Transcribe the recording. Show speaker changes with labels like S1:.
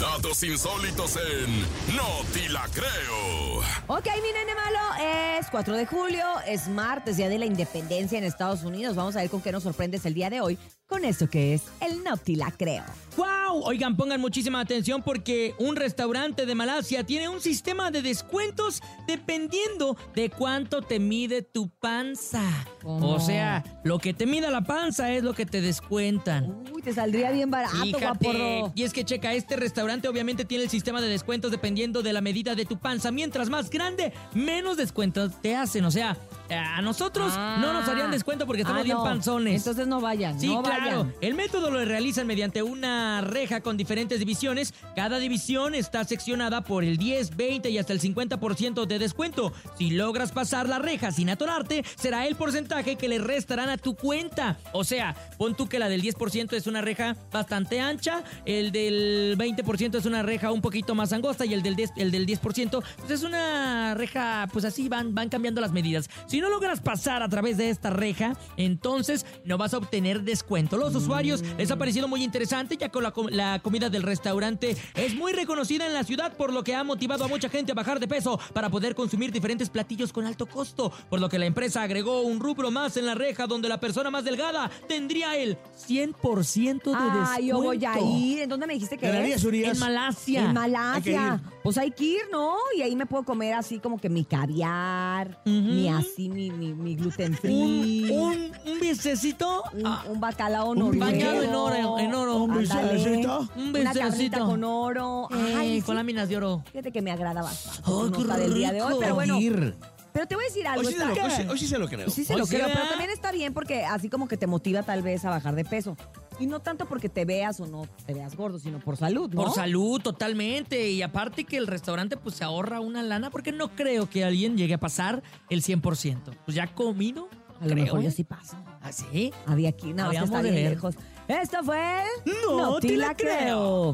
S1: Datos insólitos en No Te La Creo.
S2: Ok, mi nene malo, es 4 de julio, es martes, día de la independencia en Estados Unidos. Vamos a ver con qué nos sorprendes el día de hoy con esto que es el No Te La Creo.
S3: ¡Wow! Oigan, pongan muchísima atención porque un restaurante de Malasia tiene un sistema de descuentos dependiendo de cuánto te mide tu panza.
S2: ¿Cómo?
S3: O sea, lo que te mida la panza es lo que te descuentan.
S2: Uy, te saldría bien barato, guaporro.
S3: Y es que checa, este restaurante obviamente tiene el sistema de descuentos dependiendo de la medida de tu panza. Mientras más grande, menos descuentos te hacen. O sea, a nosotros
S2: Ah.
S3: no nos harían descuento porque estamos
S2: Ah,
S3: bien
S2: no.
S3: panzones.
S2: Entonces no vayan,
S3: Sí,
S2: no vayan.
S3: claro. El método lo realizan mediante una reja con diferentes divisiones. Cada división está seccionada por el 10, 20 y hasta el 50% de descuento. Si logras pasar la reja sin atorarte, será el porcentaje que le restarán a tu cuenta. O sea, pon tú que la del 10% es una reja bastante ancha, el del 20% es una reja un poquito más angosta y el del 10%, el del 10% pues es una reja, pues así van, van cambiando las medidas. Si no logras pasar a través de esta reja, entonces no vas a obtener descuento. Los usuarios les ha parecido muy interesante ya que la, com- la comida del restaurante es muy reconocida en la ciudad por lo que ha motivado a mucha gente a bajar de peso para poder consumir diferentes platillos con alto costo, por lo que la empresa agregó un rubro más en la reja donde la persona más delgada tendría el 100% de descuento.
S2: Ah, yo voy a ir. ¿En dónde me dijiste que
S4: Galerías
S2: es?
S4: Urias.
S3: En Malasia.
S2: En
S4: Hay que
S2: Malasia.
S4: ir.
S2: Pues hay que ir, ¿no? Y ahí me puedo comer así como que mi caviar,
S3: Ujú.
S2: mi así, mi, mi, mi gluten free.
S3: un, un, un bistecito.
S2: un,
S3: ah,
S2: un bacalao
S4: Un
S2: noruego.
S4: bañado
S3: en oro, en oro.
S4: Un
S2: Ándale.
S4: bistecito.
S3: Un
S2: Una carnita
S3: bistecito.
S2: con oro.
S3: eh,
S2: Ay, sí.
S3: con láminas de oro.
S2: Fíjate que me agrada bastante.
S3: Ay,
S2: tu
S3: qué
S2: nota del día de hoy,
S3: rico.
S2: pero bueno.
S4: Ir.
S2: Pero te voy a decir algo.
S4: Hoy sí, se
S2: está-
S4: lo, hoy sí- hoy sí se lo creo.
S2: Sí se
S3: O
S2: lo creo,
S3: sea-
S2: pero también está bien porque así como que te motiva tal vez a bajar de peso. Y no tanto porque te veas o no te veas gordo, sino por salud, ¿no?
S3: Por salud, totalmente. Y aparte que el restaurante pues se ahorra una lana porque no creo que alguien llegue a pasar el 100%. Pues ya comí, ¿no?
S2: A lo
S3: Creo,
S2: mejor yo
S3: ¿eh?
S2: sí paso.
S3: ¿Ah, sí?
S2: Había aquí, nada más que
S3: Habíamos
S2: está
S3: de
S2: bien
S3: ver.
S2: lejos. Esto fue...
S3: No te la creo.